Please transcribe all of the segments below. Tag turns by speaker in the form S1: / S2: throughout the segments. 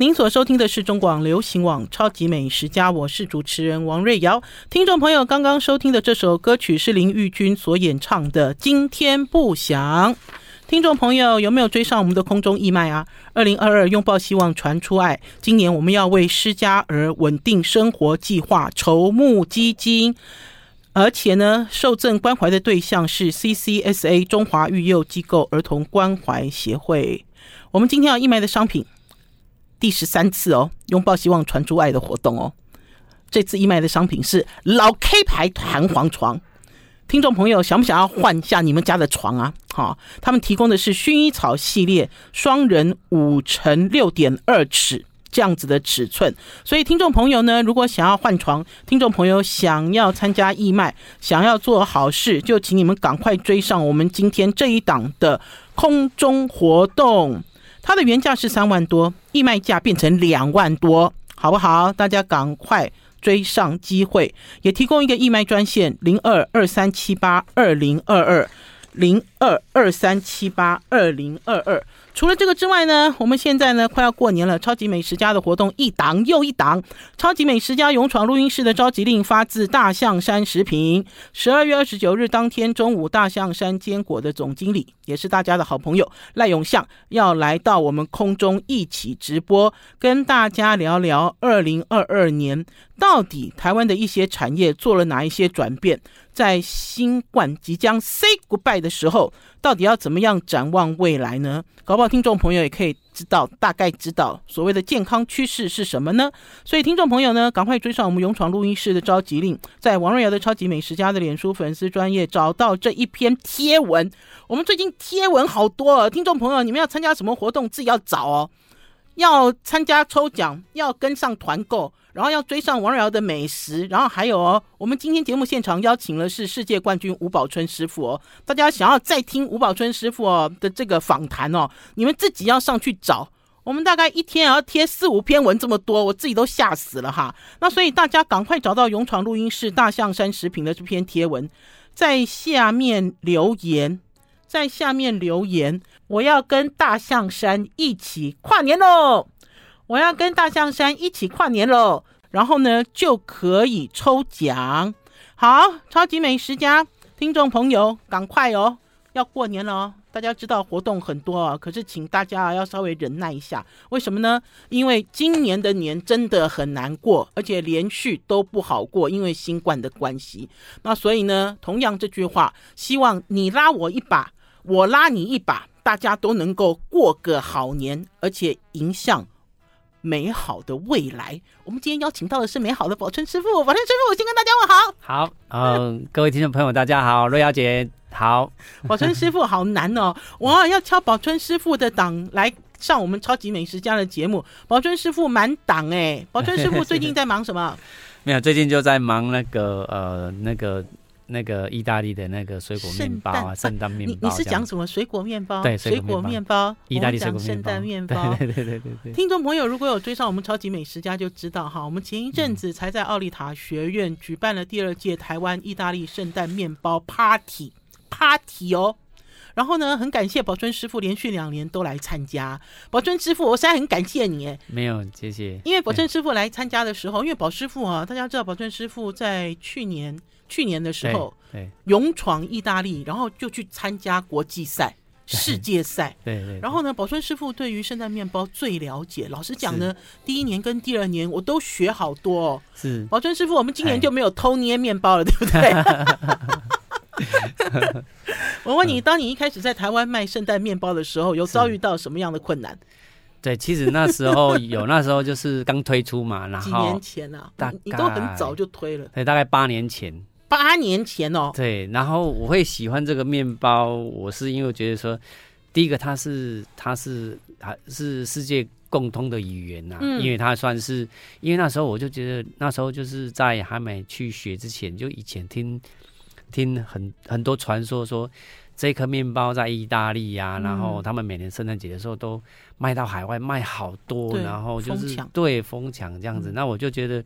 S1: 您所收听的是中广流行网《超级美食家》，我是主持人王瑞瑶。听众朋友，刚刚收听的这首歌曲是林玉君所演唱的《今天不想》。听众朋友，有没有追上我们的空中义卖啊？二零二二拥抱希望，传出爱。今年我们要为施加儿稳定生活计划筹募基金。而且呢，受赠关怀的对象是 CCSA 中华育幼机构儿童关怀协会。我们今天要义卖的商品，第十三次哦，拥抱希望传出爱的活动哦。这次义卖的商品是老 K 牌弹簧床。听众朋友，想不想要换一下你们家的床啊？好、他们提供的是薰衣草系列双人五乘六点二尺这样子的尺寸，所以听众朋友呢，如果想要换床，听众朋友想要参加义卖，想要做好事，就请你们赶快追上我们今天这一档的空中活动。它的原价是三万多，义卖价变成两万多，好不好？大家赶快追上机会，也提供一个义卖专线零二二三七八二零二二零二二三七八二零二二。除了这个之外呢，我们现在呢快要过年了，超级美食家的活动一档又一档。超级美食家勇闯录音室的召集令发自大象山食品。十二月二十九日当天中午，大象山坚果的总经理也是大家的好朋友赖永相要来到我们空中一起直播，跟大家聊聊二零二二年到底台湾的一些产业做了哪一些转变，在新冠即将 say goodbye 的时候，到底要怎么样展望未来呢？搞不好听众朋友也可以知道，大概知道所谓的健康趋势是什么呢？所以，听众朋友呢，赶快追上我们勇闯录音室的召集令，在王瑞瑶的超级美食家的脸书粉丝专业找到这一篇贴文。我们最近贴文好多哦，听众朋友，你们要参加什么活动，自己要找哦。要参加抽奖，要跟上团购，然后要追上王瑞瑶的美食，然后还有哦，我们今天节目现场邀请了是世界冠军吴宝春师傅哦，大家想要再听吴宝春师傅哦的这个访谈哦，你们自己要上去找。我们大概一天也要贴四五篇文这么多，我自己都吓死了哈。那所以大家赶快找到勇闯录音室大象山食品的这篇贴文，在下面留言，在下面留言，我要跟大象山一起跨年喽！我要跟大象山一起跨年喽！然后呢，就可以抽奖。好，超级美食家听众朋友，赶快哦，要过年了哦！大家知道活动很多啊，可是请大家啊要稍微忍耐一下。为什么呢？因为今年的年真的很难过，而且连续都不好过，因为新冠的关系。那所以呢，同样这句话，希望你拉我一把，我拉你一把，大家都能够过个好年，而且迎向美好的未来。我们今天邀请到的是美好的宝春师傅，宝春师傅，我先跟大家问好。
S2: 好，嗯、各位听众朋友，大家好，瑞瑶姐好，
S1: 宝春师傅好难 哦，哇，要敲宝春师傅的档来上我们超级美食家的节目。宝春师傅满档哎，宝春师傅最近在忙什 么？
S2: 没有，最近就在忙那个呃那个那个意大利的那个水果面包啊，
S1: 圣
S2: 圣诞面
S1: 你
S2: 包
S1: 你是
S2: 这
S1: 讲
S2: 样子，
S1: 什么？水果面包？
S2: 对
S1: 水
S2: 水
S1: 果
S2: 果
S1: 面
S2: 面
S1: 包。
S2: 意大利
S1: 我
S2: 水
S1: 们
S2: 果
S1: 讲圣
S2: 面包，
S1: 诞面包。
S2: 对对对对对对，
S1: 听众朋友，如果有追上我们超级美食家，就知道哈，我们前一阵子才在奥利塔学院举办了第二届台湾意大利圣诞面包 party party 哦。然后呢，很感谢宝春师傅连续两年都来参加。宝春师傅，我实在很感谢你耶，
S2: 没有，谢谢。
S1: 因为宝正师傅来参加的时候，因为宝师傅啊，大家知道宝正师傅在去年去年的时候
S2: 对
S1: 勇闯意大利，然后就去参加国际赛、世界赛。
S2: 对对，
S1: 然
S2: 后
S1: 后呢，宝春师傅对于圣诞面包最了解。老实讲呢，第一年跟第二年我都学好多 哦。
S2: 是
S1: 宝春师傅，我们今年就没有偷捏面包了，对不 对？我问
S2: 嗯
S1: 你，当你一开始在台湾卖圣诞面包的时候，有遭遇到什么样的困难？
S2: 对，其实那时候有，那时候就是刚推出嘛，然
S1: 几年
S2: 后
S1: 前啊
S2: 嗯大，
S1: 你都很
S2: 概
S1: 早就推了。
S2: 对，大概八年前，
S1: 八年前哦，
S2: 对，然后我会喜欢这个面包，我是因为觉得说，第一个它是它是还是世界共通的语言呐、
S1: 嗯
S2: 因为它算是，因为那时候我就觉得那时候就是在还没去学之前，就以前听听很很多传说说，这颗面包在意大利呀、
S1: 嗯
S2: 然后他们每年圣诞节的时候都卖到海外，卖好多，
S1: 对
S2: 然后就
S1: 疯
S2: 是
S1: 抢嗯
S2: 对疯抢这样子。那我就觉得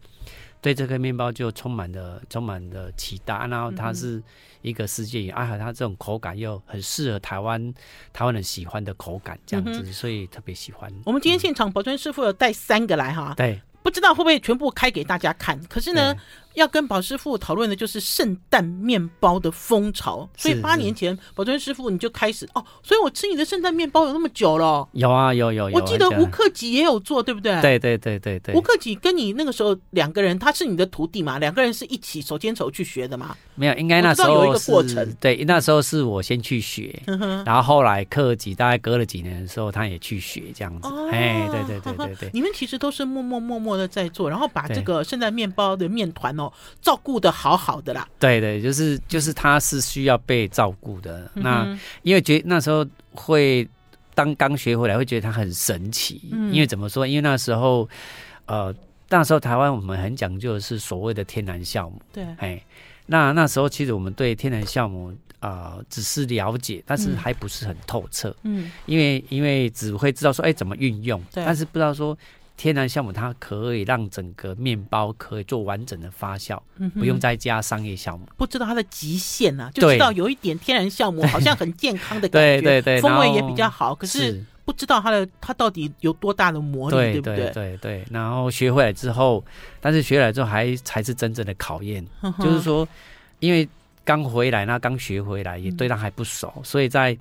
S2: 对这颗面包就充满了充满了期待，啊然后
S1: 嗯
S2: 它
S1: 哼
S2: 是一个世界也啊，它这种口感又很适合台湾台湾人喜欢的口感这样子，
S1: 嗯
S2: 所以特别喜欢。
S1: 我们今天现场宝川师傅有带三个来哈，
S2: 对，
S1: 不知道会不会全部开给大家看。可是呢
S2: 对，
S1: 要跟宝师傅讨论的就是圣诞面包的风潮。所以
S2: 是
S1: 八年前，宝川师傅你就开始哦，所以我吃你的圣诞面包有那么久了哦。
S2: 有啊有有有，
S1: 我记得
S2: 而且
S1: 吴克己也有做，对不对？。
S2: 对对对对对
S1: 吴，克己跟你那个时候两个人，他是你的徒弟嘛，两个人是一起手牵手去学的嘛。
S2: 没有，应该那时
S1: 我知道有一
S2: 候
S1: 个
S2: 是
S1: 过程
S2: 对，那时候是我先去学，
S1: 嗯哼。
S2: 然后后来克己大概隔了几年的时候，他也去学这样子
S1: 哦，，
S2: 哎、对对对对 对，
S1: 你们其实都是默默默默的在做，然后把
S2: 对
S1: 这个圣诞面包的面团哦照顾的好好的啦。
S2: 对对，就是就是他是需要被照顾的。那
S1: 嗯哼
S2: 因为觉得那时候会当刚学回来，会觉得它很神奇，
S1: 嗯
S2: 因为怎么说？因为那时候呃，那时候台湾我们很讲究的是所谓的天然酵母，
S1: 对，
S2: 哎，那那时候其实我们对天然酵母啊、呃只是了解，但是
S1: 嗯
S2: 还不是很透彻。
S1: 嗯
S2: 因为因为只会知道说哎怎么运用，
S1: 对
S2: 但是不知道说天然酵母它可以让整个面包可以做完整的发酵，
S1: 嗯哼，
S2: 不用再加商业酵母。
S1: 不知道它的极限呐、就
S2: 对
S1: 知道有一点天然酵母好像很健康的感觉，
S2: 对 对对，
S1: 风味也
S2: 然后
S1: 比较好，可是不知道它的它到底有多大的魔力，
S2: 对
S1: 不
S2: 对对对，然后学回来之后，但是学回来之后还才是真正的考验，
S1: 哼哼
S2: 就是说因为刚回来那刚学回来也
S1: 嗯
S2: 对它还不熟，所以在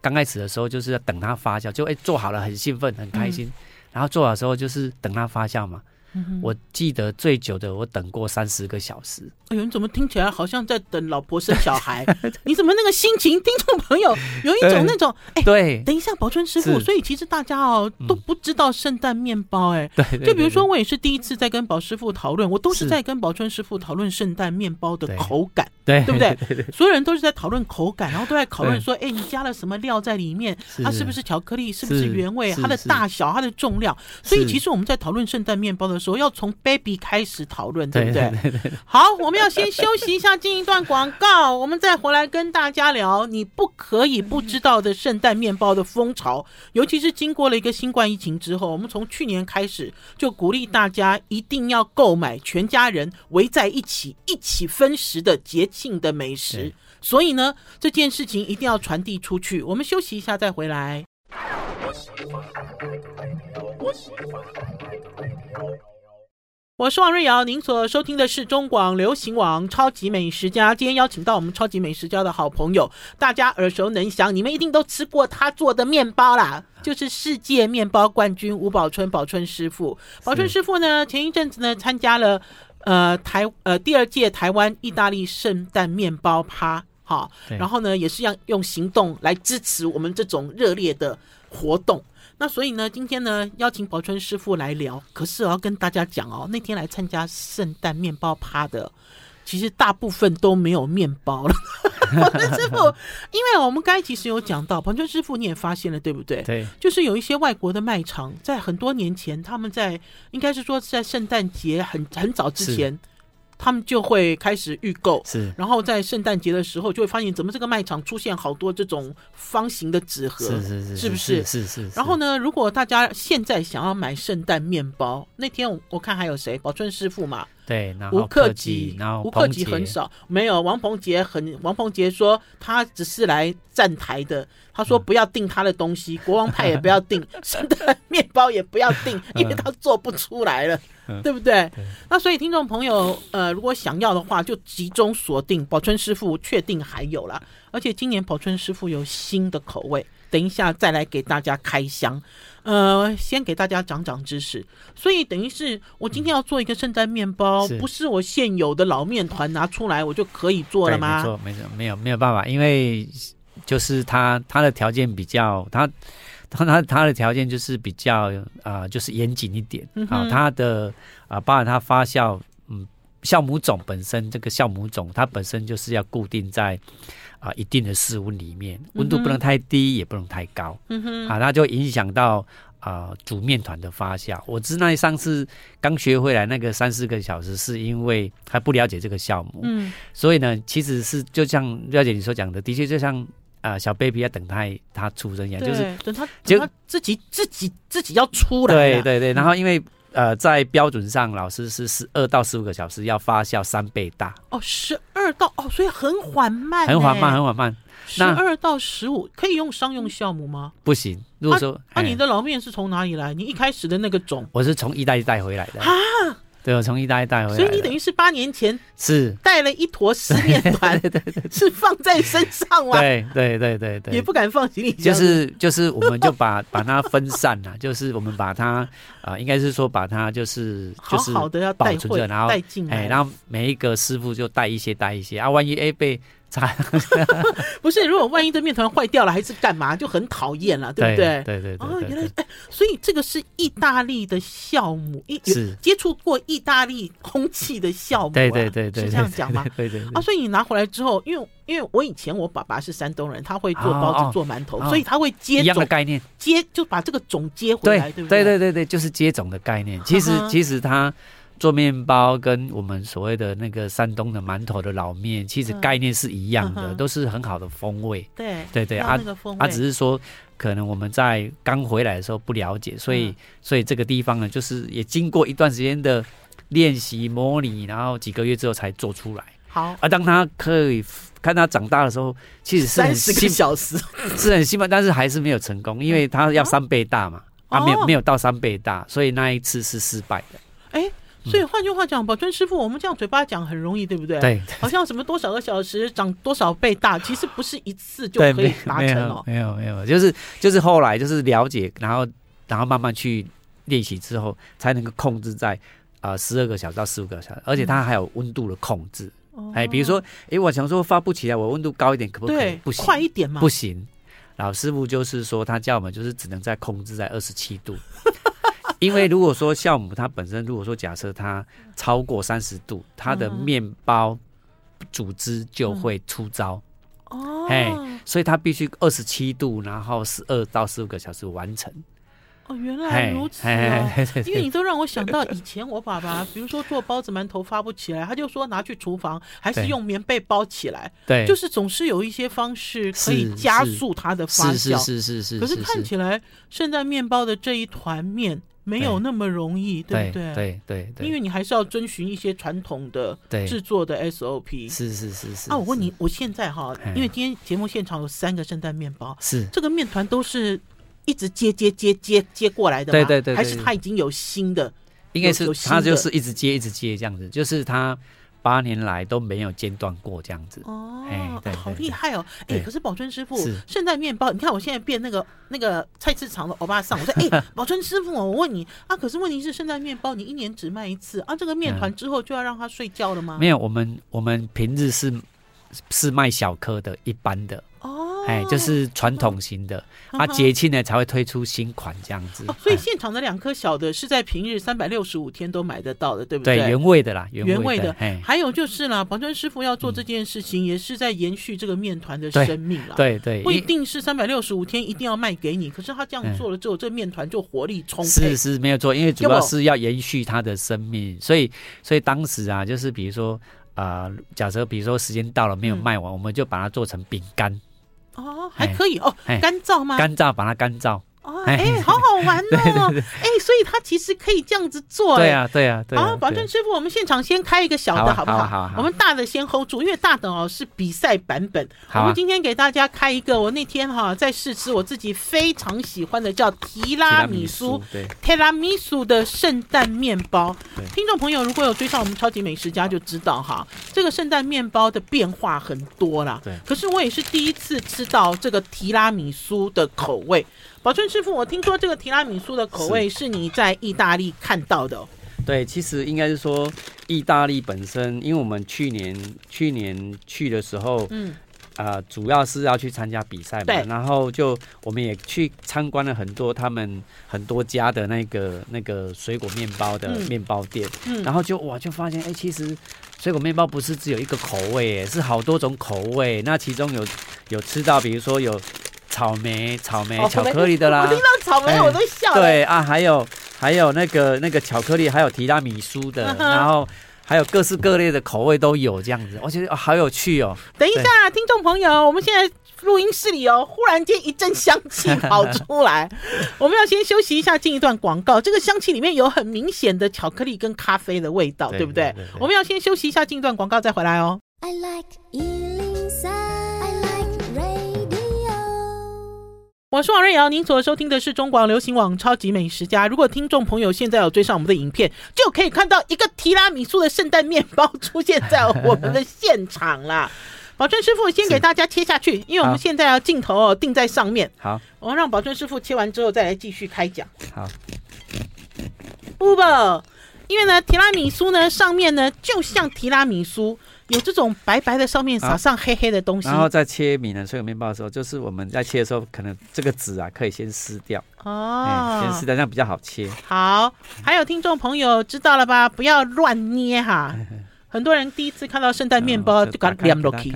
S2: 刚开始的时候就是要等它发酵，就哎做好了很兴奋很开心，然后做好的时候就是等它发酵嘛。
S1: 嗯哼
S2: 我记得最久的，我等过三十个小时。
S1: 哎呦，你怎么听起来好像在等老婆生小 孩？你怎么那个心情，听众朋友有一种
S2: 对
S1: 那种哎。
S2: 对
S1: 等一下，宝春师傅，
S2: 是
S1: 所以其实大家哦
S2: 嗯
S1: 都不知道圣诞面包哎、
S2: 对嗯对，
S1: 就比如
S2: 对
S1: 说，我也是第一次在跟宝师傅讨论，我都是
S2: 是
S1: 在跟宝春师傅讨论圣诞面包的
S2: 对
S1: 口感，
S2: 对
S1: 对不对？所有人都是在讨论口 感，然后都在讨论
S2: 对
S1: 说，哎，你加了什么料在里面？
S2: 是
S1: 它是不是巧克力？是不是
S2: 是
S1: 原味？
S2: 是
S1: 它的
S2: 是
S1: 大小、它的重量。所以
S2: 是
S1: 其实我们在讨论圣诞面包的时候，要从 baby 开始讨论，对
S2: 对
S1: 不对？ 好，我们要先休息一下，进一段广告，我们再回来跟大家聊你不可以不知道的圣诞面包的风潮，尤其是经过了一个新冠疫情之后，我们从去年开始就鼓励大家一定要购买全家人围在一起一起分食的节庆的美食
S2: 对。
S1: 所以呢，这件事情一定要传递出去。我们休息一下再回来。我是王瑞瑶，您所收听的是中广流行网《超级美食家》。今天邀请到我们《超级美食家》的好朋友，大家耳熟能详，你们一定都吃过他做的面包啦，就是世界面包冠军吴宝春，宝春师傅。宝春师傅呢，前一阵子呢参加了呃台呃第二届台湾意大利圣诞面包趴，哈，
S2: 对
S1: 然后呢也是要用行动来支持我们这种热烈的活动。那所以呢，今天呢邀请宝春师傅来聊，可是我要跟大家讲哦，那天来参加圣诞面包趴的，其实大部分都没有面 包了。宝春师傅，因为我们刚才其实有讲到，宝春师傅你也发现了，对不对？
S2: 对
S1: 就是有一些外国的卖场，在很多年前，他们在应该是说在圣诞节很很早之
S2: 是
S1: 前，他们就会开始预购，
S2: 是
S1: 然后在圣诞节的时候就会发现，怎么这个卖场出现好多这种方形的纸盒。
S2: 是是是
S1: 是不是
S2: 是是是？
S1: 然后呢，如果大家现在想要买圣诞面包，那天我我看还有谁，宝春师傅嘛，
S2: 对，然
S1: 吴
S2: 后
S1: 克
S2: 己
S1: 己，
S2: 然后
S1: 吴克
S2: 彭
S1: 己
S2: 杰
S1: 很少，没有王鹏杰很，王鹏杰说他只是来站台的，他
S2: 嗯
S1: 说不要订他的东 西，国王派也不要订， 圣诞面包也不要订，因为他做不出来了，
S2: 嗯
S1: 对不对
S2: 对？
S1: 那所以听众朋友，呃，如果想要的话，就集中锁定宝春师傅，确定还有啦，而且今年宝春师傅有新的口味。等一下再来给大家开箱，呃，先给大家长长知识。所以等于是我今天要做一个圣诞面包，
S2: 是
S1: 不是我现有的老面团拿出来我就可以做
S2: 对
S1: 了
S2: 没
S1: 吗？
S2: 错没错，没有没有办法，因为就是他他的条件比较他。他他他的条件就是比较啊、呃就是严谨一点
S1: 嗯
S2: 啊
S1: 哼，
S2: 他的啊，包含他发酵，嗯，酵母种本身这个酵母种它本身就是要固定在啊、一定的室温里面，温
S1: 嗯
S2: 度
S1: 哼
S2: 不能太低，也不能太高。
S1: 嗯哼，
S2: 啊，那就影响到啊、煮面团的发酵。我知那上次刚学回来那个三四个小时，是因为还不了解这个酵母，
S1: 嗯
S2: 所以呢，其实是就像廖姐你所讲的，的确就像。啊小 baby 要等他他出生一样，就是
S1: 对等他
S2: 就
S1: 等他自己自己自己要出来
S2: 对
S1: 了，
S2: 对对，然后因为呃，在标准上，老师是十二到十五个小时要发酵三倍大，
S1: 哦，十二到哦，所以很缓慢，
S2: 很缓慢，，很缓慢，
S1: 十
S2: 那
S1: 二到十五可以用商用酵母吗？
S2: 不行。如果说，
S1: 啊，
S2: 哎
S1: 你的老面是从哪里来？你一开始的那个种，
S2: 我是从意大利带回来的对，我从意大利带回来
S1: 所
S2: 的，
S1: 以你等于是八年前
S2: 是，
S1: 带了一坨丝面 团，是放在身上哇，
S2: 对对对对对，
S1: 也不敢放行李箱，
S2: 就是就是，我们就把把它分散了，就是我们把它啊、呃应该是说把它就是
S1: 好
S2: 就是
S1: 好的要
S2: 保
S1: 带
S2: 存
S1: 会
S2: 着然后
S1: 带进
S2: 哎，
S1: 来。
S2: 然后每一个师傅就带一些带一些啊，万一哎被查，
S1: 不是，如果万一这面团坏掉了，还是干嘛，就很讨厌了，对不
S2: 对
S1: 对？
S2: 对对
S1: 哦，
S2: 对
S1: 原来
S2: 对，
S1: 哎，所以这个是意大利的酵母，一有
S2: 是，
S1: 接触过意大利空气的酵母啊，
S2: 对对对对，
S1: 是
S2: 对
S1: 这样讲吗？？
S2: 对对对
S1: 啊，
S2: 对，
S1: 所以你拿回来之后，因为因为我以前我爸爸是山东人，他会做包子、
S2: 哦哦
S1: 做馒头，
S2: 哦
S1: 所以他会接
S2: 一样
S1: 种
S2: 的概念，
S1: 接就把这个种接回
S2: 对
S1: 来，对不
S2: 对
S1: 对啊
S2: 对对对，就是接种的概念。其实
S1: 哈哈
S2: 其实它做面包跟我们所谓的那个山东的馒头的老面，其实
S1: 嗯
S2: 概念是一样
S1: 嗯
S2: 的，
S1: 哼
S2: 都是很好的风味。
S1: 对
S2: 对对
S1: 让
S2: 啊
S1: 那个风
S2: 啊，
S1: 味
S2: 只是说可能我们在刚回来的时候不了解，所以、
S1: 嗯
S2: 所以这个地方呢，就是也经过一段时间的练习模拟，然后几个月之后才做出来。
S1: 好。
S2: 啊，当他可以 f- 看他长大的时候，其实是
S1: 三
S2: 很
S1: 十个
S2: 兴
S1: 小时，
S2: 是很兴奋，但是还是没有成功，因为他要三倍大嘛，啊，没
S1: 哦
S2: 有没有到三倍大，所以那一次是失败的。
S1: 所以换句话讲，宝尊师傅，我们这样嘴巴讲很容易，对不对？，
S2: 对
S1: 好像什么多少个小时长多少倍 大，其实不是一次就
S2: 对，
S1: 可以
S2: 没
S1: 达
S2: 没
S1: 成
S2: 有
S1: 哦。
S2: 没有没有，就是就是后来就是了解，然后然后慢慢去练习之后，才能够控制在。啊，十二个小时到十五个小时，而且它还有温度的控制。
S1: 哦
S2: 哎、比如说，哎、我想说发布起来，我温度高一点，可不可以
S1: 对？
S2: 不，行，
S1: 快一点嘛
S2: 不。行，老师傅就是说，他叫我们就是只能在控制在二十七度，因为如果说酵母它本身，如果说假设它超过三十度，它的
S1: 嗯
S2: 面包组织就会出糟，
S1: 哦，
S2: 哎所以它必须二十七度，然后十二到十五个小时完成。
S1: 哦，原来如此哦。
S2: 嘿嘿
S1: 因为你都让我想到以前我爸爸，比如说做包子、馒头发不起来，他就说拿去厨房，还是
S2: 对
S1: 用棉被包起来，
S2: 对，
S1: 就是总是有一些方式可以
S2: 是
S1: 加
S2: 是
S1: 速它的发酵。
S2: 是是是是是，
S1: 可是看起来圣诞面包的这一团面没有
S2: 对
S1: 那么容易，
S2: 对
S1: 不对？
S2: 对对对，
S1: 因为你还是要遵循一些传统的
S2: 对
S1: 制作的 SOP。
S2: 是是是是
S1: 啊，我问你
S2: 是，
S1: 我现在哈，
S2: 哎
S1: 因为今天节目现场有三个圣诞面包，
S2: 是
S1: 这个面团都是一直接接接接接过来的吗？
S2: 对对对对
S1: 还是它已经有新的？
S2: 应该
S1: 有
S2: 是
S1: 有新
S2: 他就
S1: 的
S2: 是一直接一直接这样子，就是他八年来都没有间断过这样子。哎
S1: 哦
S2: 对，对
S1: 好
S2: 对
S1: 厉害哦！哎，
S2: 对
S1: 可是宝春师傅
S2: 是，
S1: 圣诞面包，你看我现在变那个那个菜市场的欧巴 桑，我说哎，宝春师傅哦，我问你啊，可是问题是圣诞面包你一年只卖一次啊，这个面团之后就要让它睡觉了吗？
S2: 嗯没有，我们我们平日是是卖小颗的，一般的，
S1: 哦，
S2: 哎，就是传统型的。
S1: 嗯
S2: 啊，
S1: 哼
S2: 节庆呢才会推出新款这样子
S1: 哦，，所以
S2: 哎
S1: 现场的两颗小的是在平日三百六十五天都买得到的，对不
S2: 对原味的啦，
S1: 原味
S2: 味
S1: 的
S2: 哎，
S1: 还有就是啦，宝春师傅要做这件事情，也是在延续这个面团的
S2: 嗯对
S1: 生命啦。。
S2: 对对，
S1: 不一
S2: 因
S1: 定是三百六十五天一定要卖给你，可是他这样
S2: 嗯
S1: 做了之后，这面团就活力充沛
S2: 是。是没有错，因为主
S1: 要
S2: 要
S1: 不
S2: 是要延续它的生命，所以所以当时啊，就是比如说啊、呃假设比如说时间到了没有
S1: 嗯
S2: 卖完，我们就把它做成饼干，
S1: 哦，还
S2: 哎
S1: 可以哦，
S2: 哎
S1: 干燥吗？
S2: 干燥把它干燥。
S1: 哦，
S2: 哎
S1: 哎，好好玩哦，哎，所以它其实可以这样子做，
S2: 对
S1: 哎。
S2: 啊，对啊，对啊
S1: 好，。保
S2: 对
S1: 证师傅，我们现场先开一个小
S2: 好
S1: 的，
S2: 啊
S1: 好不
S2: 好啊好啊好啊
S1: 我们大的先 hold 住，因为大的哦是比赛版本。
S2: 好啊
S1: 我们今天给大家开一个，我那天哈在试吃，我自己非常喜欢的叫提拉米苏，
S2: 对，
S1: 提拉米苏的圣诞面包
S2: 对。
S1: 听众朋友如果有追上我们超级美食家，就知道哈，这个圣诞面包的变化很多啦。
S2: 对
S1: 可是我也是第一次吃到这个提拉米苏的口味。宝春师傅，我听说这个提拉米苏的口味是你在意大利看到的哦、
S2: 对，其实应该是说意大利本身，因为我们去年去年去的时候，
S1: 嗯，
S2: 啊，主要是要去参加比赛嘛
S1: 对，
S2: 然后就我们也去参观了很多他们很多家的那个那个水果面包的
S1: 嗯
S2: 面包店，
S1: 嗯
S2: 然后就哇就发现，哎，其实水果面包不是只有一个口味，哎是好多种口味，那其中有有吃到，比如说有草莓、草莓、
S1: 哦
S2: 巧克力的啦，
S1: 我听到草莓
S2: 哎
S1: 我都笑了。
S2: 对啊，还有还有那个那个巧克力，还有提拉米苏的，
S1: 嗯哼
S2: 然后还有各式各类的口味都有这样子，我觉得、哦、好有趣哦。
S1: 等一下，听众朋友，我们现在录音室里哦，忽然间一阵香气跑出 来，我们要先休息一下，进一段广告。这个香气里面有很明显的巧克力跟咖啡的味道，
S2: 对
S1: 对不对
S2: 对对对
S1: 我们要先休息一下，进一段广告再回来哦。
S3: I like Ealing Sound. I like radio.
S1: 我是王瑞瑶，您所收听的是中广流行网《超级美食家》。如果听众朋友现在有追上我们的影片，就可以看到一个提拉米苏的圣诞面包出现在我们的现场 啦。宝春师傅先给大家切下去，因为我们
S2: 好
S1: 现在要镜头哦定在上面，
S2: 好
S1: 我们让宝春师傅切完之后再来继续开讲。
S2: 好，
S1: 不吧，因为呢提拉米苏呢上面呢就像提拉米苏有这种白白的，上面撒
S2: 好
S1: 上黑黑的东西
S2: 然后在切米兰水果面包的时候，就是我们在切的时候，可能这个籽啊可以先撕掉，哎、
S1: 哦，
S2: 先撕掉，这样比较好切。
S1: 好，还有听众朋友知道了吧？不要乱捏 哈。很多人第一次看到圣诞面包
S2: 嗯
S1: 就搞
S2: 打开
S1: 两落
S2: 打开
S1: 去。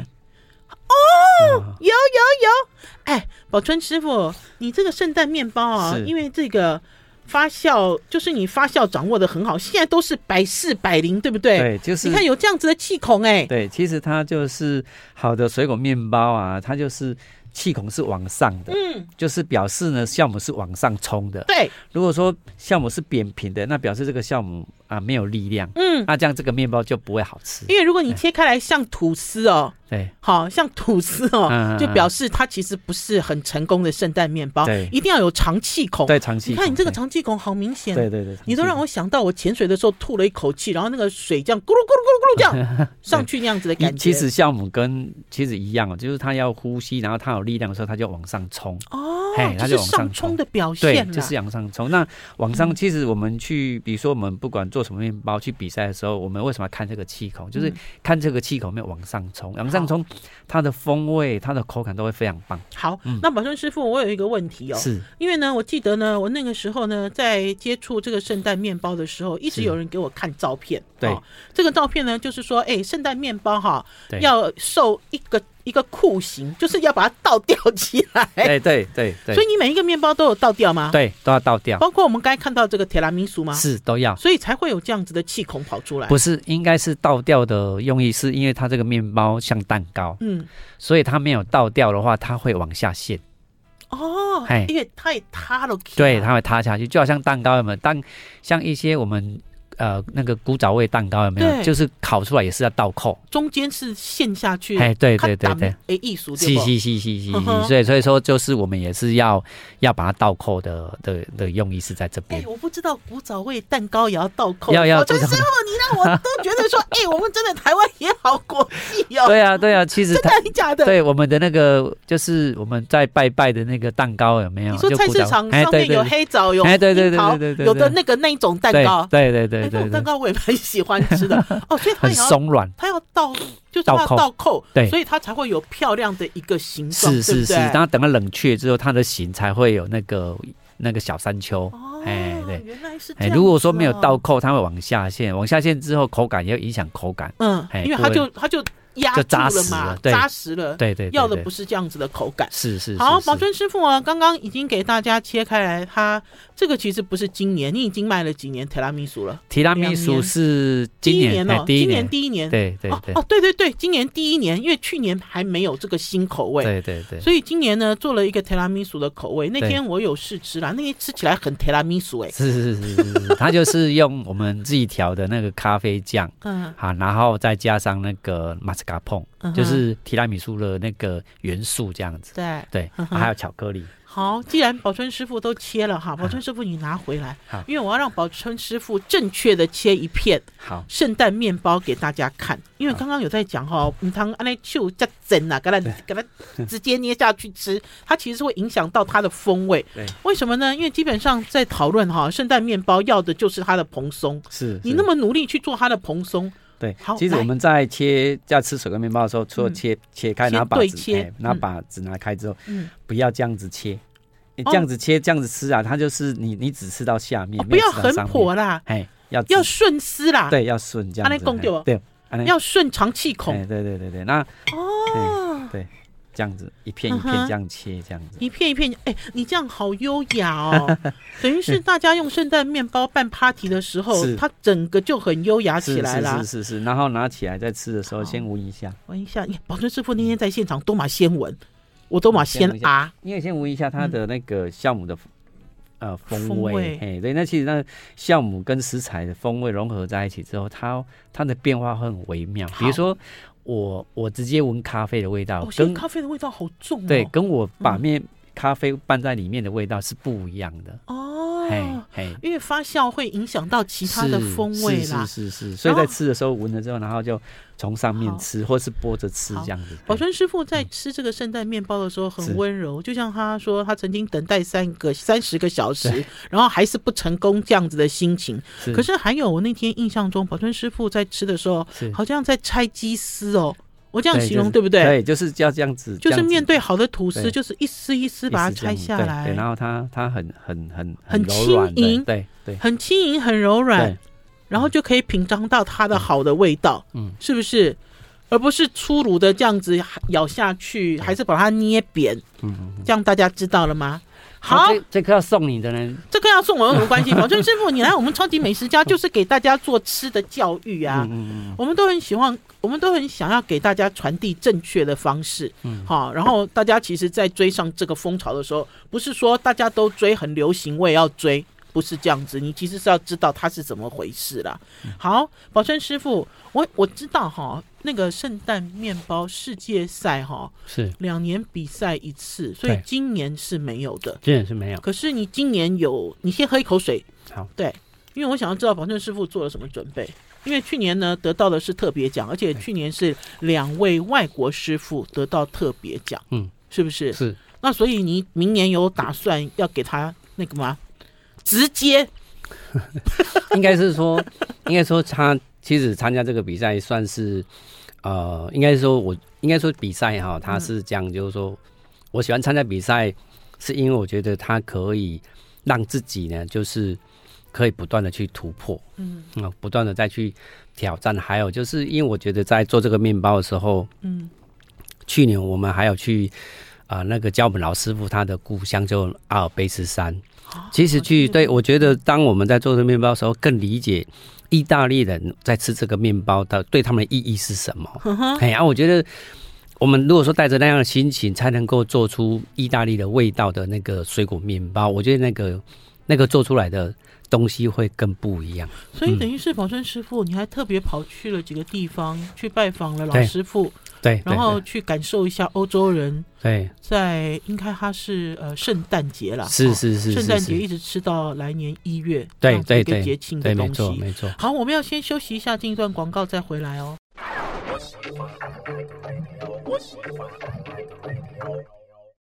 S2: 哦，
S1: 有有有，哎，宝春师傅，你这个圣诞面包啊，
S2: 是
S1: 因为这个发酵，就是你发酵掌握的很好，现在都是百试百灵，对不对？
S2: 对，就是
S1: 你看有这样子的气孔哎、
S2: 对，其实它就是好的水果面包啊，它就是气孔是往上的，
S1: 嗯，
S2: 就是表示呢酵母是往上冲的。
S1: 对，
S2: 如果说酵母是扁平的，那表示这个酵母啊没有力量，啊
S1: 嗯，
S2: 那这样这个面包就不会好吃。
S1: 因为如果你切开来像吐司哦，
S2: 对，
S1: 好像吐司哦
S2: 嗯，嗯
S1: 就表示它其实不是很成功的圣诞面包，
S2: 对
S1: 一定要有长气孔。
S2: 对，长期
S1: 你看你这个
S2: 对
S1: 长气孔好明显，
S2: 对对对，
S1: 你都让
S2: 我
S1: 我想到我潜水的时候吐了一口气，然后那个水这样咕噜咕噜咕噜咕噜这 样上去那样子的感觉。
S2: 其实酵母跟其实一样哦，就是它要呼吸，然后它有力量的时候，它就往上冲。
S1: 哦
S2: 嘿，
S1: 这
S2: 它
S1: 是
S2: 就往
S1: 上
S2: 上
S1: 冲
S2: 冲
S1: 的表
S2: 对
S1: 现，啦。嗯
S2: 就是往上冲。那往上，其实我们去，比如说我们不管做什么面包去比赛的时候，我们为什么要看这个气孔？
S1: 嗯
S2: 就是看这个气孔有没有往上冲，往上冲，它的风味、它的口感都会非常棒。
S1: 好，那宝顺师傅，我有一个问题哦，
S2: 是
S1: 因为呢，我记得呢，我那个时候呢，在接触这个圣诞面包的时候，一直
S2: 是
S1: 有人给我看照片。
S2: 对
S1: 哦这个照片呢，就是说，哎，圣诞面包哈
S2: 对，
S1: 要受一个一个酷刑，就是要把它倒掉起来。
S2: 对对对对
S1: 哎所以你每一个面包都有倒掉吗？，
S2: 对，都要倒掉，
S1: 包括我们刚才看到这个铁拉米苏吗？
S2: 是都要。
S1: 所以才会有这样子的气孔跑出来。
S2: 不是，应该是倒掉的用意，是因为它这个面包像蛋糕，
S1: 嗯，
S2: 所以它没有倒掉的话，它会往下陷，
S1: 哦
S2: 嘿，
S1: 因为太塌了，啊
S2: 对，它会塌下去，就好像蛋糕有没有？蛋像一些我们呃那个古早味蛋糕有没
S1: 对
S2: 有？就是烤出来也是要倒扣，
S1: 中间是陷下去，
S2: 哎，对对对对，
S1: 哎，艺术
S2: 是
S1: 对不？
S2: 是是是是
S1: 嗯哼
S2: 是，所以所以说就是我们也是要要把它倒扣的的的用意是在这
S1: 哎
S2: 边，，
S1: 我不知道古早味蛋糕也要倒扣，
S2: 要要
S1: 真
S2: 这
S1: 师
S2: 种
S1: 傅，你让我都觉得说，哎，我们真的台湾也好 国际哦，
S2: 对啊对啊，其实
S1: 真的
S2: 它
S1: 还假的？
S2: 对我们的那个就是我们在拜拜的那个蛋糕有没有？
S1: 你说
S2: 就
S1: 菜
S2: 古
S1: 市
S2: 早
S1: 场
S2: 哎
S1: 上
S2: 对
S1: 面
S2: 对
S1: 有
S2: 对
S1: 黑枣，有
S2: 哎对对
S1: 樱桃
S2: 对对对对
S1: 有的那个那一种蛋糕，
S2: 对对对
S1: 哎，那
S2: 对
S1: 种
S2: 对
S1: 蛋，糕我也蛮喜欢吃 的哦，所以它
S2: 很
S1: 也要
S2: 松软，
S1: 它要倒，就是
S2: 倒
S1: 它要
S2: 扣
S1: 倒扣，
S2: 对
S1: 所以它才会有漂亮的一个形状，
S2: 是是是，
S1: 对不对
S2: 当它等它冷却之后，它的形才会有那个那个小山丘。
S1: 哦，
S2: 哎对
S1: 原来是这
S2: 哎，
S1: 样、哦
S2: 如果说没有倒，扣，它会往下陷，往下陷之后口感也会影响口感。
S1: 嗯，
S2: 哎
S1: 因为它就它就压
S2: 就
S1: 住
S2: 扎
S1: 了
S2: 实
S1: 嘛
S2: 了，对
S1: 扎实了，
S2: 对对，对
S1: 要的
S2: 对
S1: 不是这样子的口感。
S2: 是是
S1: 好，
S2: 是
S1: 宝
S2: 是
S1: 春师傅啊，刚刚已经给大家切开来，它这个其实不是今年，你已经卖了几年提拉米苏了？
S2: 提拉米
S1: 两年
S2: 苏是
S1: 第
S2: 今
S1: 一
S2: 年
S1: 年
S2: 哎
S1: 哦，
S2: 第一
S1: 今年
S2: 年，
S1: 第一年，
S2: 对对对
S1: 哦哦，对对对，今年第一年，因为去年还没有这个新口味，
S2: 对对对，
S1: 所以今年呢，做了一个提拉米苏的口味。那
S2: 对
S1: 天我有试吃啦，那天吃起来很提拉米苏哎，
S2: 是是是是是，它就是用我们自己调的那个咖啡酱
S1: 嗯，
S2: 啊，然后再加上那个马斯卡彭，
S1: 嗯哼
S2: 就是提拉米苏的那个元素这样子。
S1: 对。
S2: 对，
S1: 嗯哼
S2: 还有巧克力，
S1: 好，既然宝春师傅都切了哈，宝春师傅你拿回来
S2: 啊好，
S1: 因为我要让宝春师傅正确的切一片
S2: 好，
S1: 圣诞面包给大家看，因为刚刚有在讲哈，唔汤安内就加整呐，给它给它直接捏下去吃，它其实会影响到它的风味
S2: 对。
S1: 为什么呢？因为基本上在讨论哈，圣诞面包要的就是它的蓬松，
S2: 是
S1: 你
S2: 是
S1: 那么努力去做它的蓬松，
S2: 对
S1: 好，
S2: 其实
S1: 来
S2: 我们在切要吃水果面包的时候，除了
S1: 嗯
S2: 切、切开，
S1: 先
S2: 拿把
S1: 对
S2: 子，
S1: 切
S2: 哎拿
S1: 嗯
S2: 把子拿开之后，
S1: 嗯
S2: 不要这样子切，你
S1: 哦
S2: 这样子切、这样子吃啊，它就是你你只吃到下面，
S1: 哦不
S2: 没有
S1: 要
S2: 吃到
S1: 很
S2: 上面
S1: 破啦，
S2: 哎，要
S1: 要
S2: 直
S1: 顺丝啦，
S2: 对要顺这样
S1: 安
S2: 子，
S1: 尼讲对不
S2: 哎对，安尼
S1: 要顺长气孔
S2: 哎，对对对对，那
S1: 哦。
S2: 对这样子一片一片
S1: 嗯哼
S2: 这样切，这样子。
S1: 一片一片，哎、你这样好优雅 哦，等于是大家用圣诞面包办 party 的时候，
S2: 是
S1: 它整个就很优雅
S2: 是
S1: 起来啦哦
S2: 是。是是是，然后拿起来在吃的时候先闻一下，
S1: 闻一下，你看宝春师傅那天在现场都马先闻，我都马先啊，
S2: 因为先闻一下它的那个酵母的、呃
S1: 嗯风
S2: 风
S1: 味
S2: 味，哎，对，那其实那酵母跟食材的风味融合在一起之后，它它的变化会很微妙。比
S1: 好
S2: 如说我我直接闻咖啡的味道，
S1: 哦，现在
S2: 跟
S1: 咖啡的味道好重哦。
S2: 对跟我把
S1: 嗯
S2: 面、咖啡拌在里面的味道是不一样的，嘿
S1: 哦，
S2: 嘿。
S1: 因为发酵会影响到其他的
S2: 是
S1: 风味
S2: 是
S1: 啦。
S2: 是是是，所以
S1: 然后
S2: 在吃的时候闻了之后，然后就从上面
S1: 好
S2: 吃，或是剥着吃
S1: 好
S2: 这样子。
S1: 宝春师傅在吃这个圣诞面包的时候很
S2: 是
S1: 温柔，就像他说，他曾经等待三个三十个小时，然后还是不成功这样子的心情。
S2: 是
S1: 可是还有，我那天印象中，宝春师傅在吃的时候，
S2: 是
S1: 好像在拆鸡丝哦，我这样
S2: 对
S1: 形
S2: 就
S1: 容
S2: 是
S1: 对不对？
S2: 对，就是要这样子，
S1: 就是
S2: 这样子
S1: 面对好的吐司，
S2: 对
S1: 就是一丝一丝
S2: 一
S1: 把它
S2: 丝这
S1: 拆
S2: 样
S1: 下
S2: 对
S1: 来，
S2: 对，然后它它很很很
S1: 很
S2: 柔软
S1: 轻盈
S2: 的，对对
S1: 很轻盈，很柔软
S2: 对，，
S1: 然后就可以品尝到它的好的味道，
S2: 嗯，
S1: 是不是？而不是粗鲁的这样子咬下去，还是把它捏扁，
S2: 嗯嗯。
S1: 这样大家知道了吗？好
S2: 好，，这这颗要送你的呢，嗯
S1: 这跟要送我有什么关系？宝春师傅，你来我们超级美食 家就是给大家做吃的教育啊。
S2: 嗯嗯嗯
S1: 我们都很喜欢，我们都很想要给大家传递正确的方式，嗯，好，然后大家其实，在追上这个风潮的时候，不是说大家都追很流行，我也要追，不是这样子，你其实是要知道它是怎么回事啦。
S2: 嗯
S1: 好，宝山师傅，我我知道哈，那个圣诞面包世界赛哈，
S2: 是，
S1: 两年比赛一次，所以
S2: 对
S1: 今年是没有的。
S2: 这也是没有。
S1: 可是你今年有，你先喝一口水，
S2: 好，
S1: 对，因为我想要知道宝正师傅做了什么准备。因为去年呢得到的是特别奖，而且去年是两位外国师傅得到特别奖，
S2: 嗯，
S1: 是不是？
S2: 是
S1: 那所以你明年有打算要给他那个吗？直接
S2: 应该是说，应该说他其实参加这个比赛算是，呃，应该说我应该说比赛
S1: 嗯
S2: 哈，他是这样，就是说我喜欢参加比赛，是因为我觉得他可以让自己呢，就是可以不断的去突破，
S1: 嗯
S2: 嗯，不断的再去挑战。还有就是因为我觉得在做这个面包的时候，
S1: 嗯，
S2: 去年我们还有去啊、呃那个教我们老师傅他的故乡就阿尔卑斯山。
S1: 哦
S2: 其实去对我觉得，当我们在做这个面包的时候，更理解意大利人在吃这个面包的对他们的意义是什么。
S1: 呵呵，
S2: 哎呀、啊我觉得我们如果说带着那样的心情，才能够做出意大利的味道的那个水果面包，我觉得那个那个做出来的东西会更不一样。
S1: 所
S2: 嗯
S1: 以等于是宝正师傅，你还特别跑去了几个地方去拜访了老
S2: 对
S1: 师傅，
S2: 对，对
S1: 然后去感受一下欧洲人
S2: 对，
S1: 在应该他是呃圣诞节啦，
S2: 是
S1: 哦
S2: 是是
S1: 圣
S2: 是
S1: 诞节
S2: 是，
S1: 一直吃到来年一月，这
S2: 对
S1: 样子一
S2: 对
S1: 个
S2: 对
S1: 节庆的
S2: 对，没
S1: 东
S2: 错
S1: 西。
S2: 没错。
S1: 好，我们要先休息一下，进一段广告再回来哦。